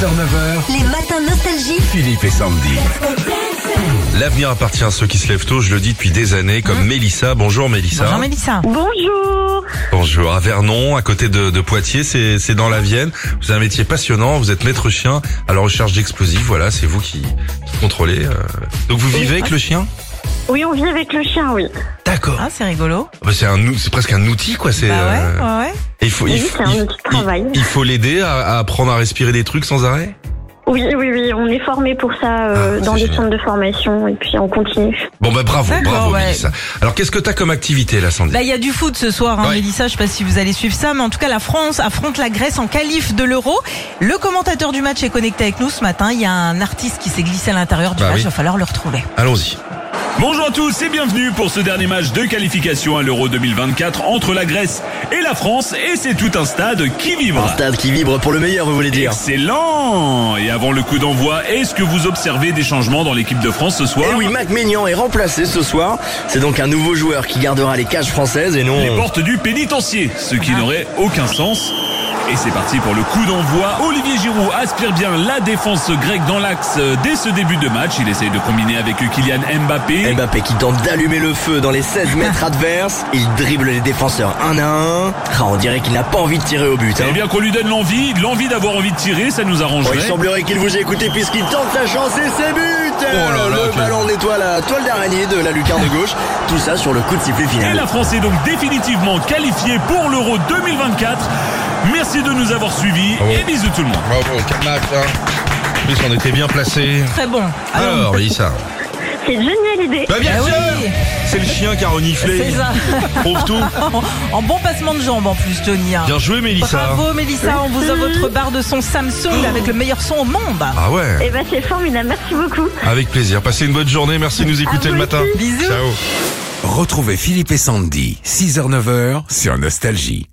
6h-9h, Les matins nostalgie. Philippe et Sandy. L'avenir appartient à ceux qui se lèvent tôt, je le dis depuis des années, comme Mélissa. Bonjour Mélissa. Hein Bonjour Mélissa. Bonjour. Bonjour. À Vernon, à côté de, de Poitiers, c'est c'est dans la Vienne. Vous avez un métier passionnant, vous êtes maître chien à la recherche d'explosifs, voilà, c'est vous qui, qui contrôlez. euh. Donc vous vivez avec le chien Oui, on vit avec le chien, oui. D'accord. Ah, c'est rigolo. Bah, C'est un ou- c'est presque un outil quoi, c'est... Bah euh, ouais, ouais, ouais. et Il faut, il, Oui, faut- c'est un il- outil de travail. il- il faut l'aider à, à apprendre à respirer des trucs sans arrêt Oui, oui, oui, on est formé pour ça euh, Ah, dans c'est les génial. centres de formation et puis on continue. Bon bah bravo, D'accord, bravo ouais. Mélissa. Alors qu'est-ce que t'as comme activité là Sandy Bah, il y a du foot ce soir, hein, Ouais. Mélissa. Je sais pas si vous allez suivre ça, mais en tout cas, la France affronte la Grèce en qualif de l'Euro. Le commentateur du match est connecté avec nous ce matin. Il y a un artiste qui s'est glissé à l'intérieur du Bah match. oui. Il va falloir le retrouver. Allons-y. Bonjour à tous et bienvenue pour ce dernier match de qualification à l'Euro 2024 entre la Grèce et la France et c'est tout un stade qui vibre. Un stade qui vibre pour le meilleur, vous voulez dire Excellent Et avant le coup d'envoi, est-ce que vous observez des changements dans l'équipe de France ce soir Eh oui, Mac Maignan est remplacé ce soir. C'est donc un nouveau joueur qui gardera les cages françaises et non... Les portes du pénitencier, ce Ah. qui n'aurait aucun sens. Et c'est parti pour le coup d'envoi. Olivier Giroud aspire bien la défense grecque dans l'axe euh, dès ce début de match. Il essaye de combiner avec Kylian Mbappé. Mbappé qui tente d'allumer le feu dans les 16 mètres adverses. Il dribble les défenseurs un à un. Ah, on dirait qu'il n'a pas envie de tirer au but. hein. Eh bien qu'on lui donne l'envie, l'envie d'avoir envie de tirer, ça nous Bon, arrangerait. il semblerait qu'il vous ait écouté puisqu'il tente sa chance et ses buts là là, Le quel- ballon nettoie la toile d'araignée de la lucarne de gauche. Tout ça sur le coup de sifflet Et final. la France est donc définitivement qualifiée pour l'Euro 2024. Merci de nous avoir suivis Bravo. et bisous tout le monde. Bravo, quel match hein. En plus on était bien placés. Très bon. Alors Mélissa. C'est une géniale idée. Bah bien Ah oui. sûr C'est le chien qui a reniflé. C'est ça. Prouve tout. En bon passement de jambes en plus, Johnny. hein. Bien joué Mélissa. Bravo Mélissa, on vous a votre barre de son Samsung Oh. avec le meilleur son au monde. Ah ouais, Eh ben, c'est formidable, merci beaucoup. avec plaisir. Passez une bonne journée, merci de nous écouter le matin. Bisous. Ciao. Retrouvez Philippe et Sandy, 6h-9h, sur Nostalgie.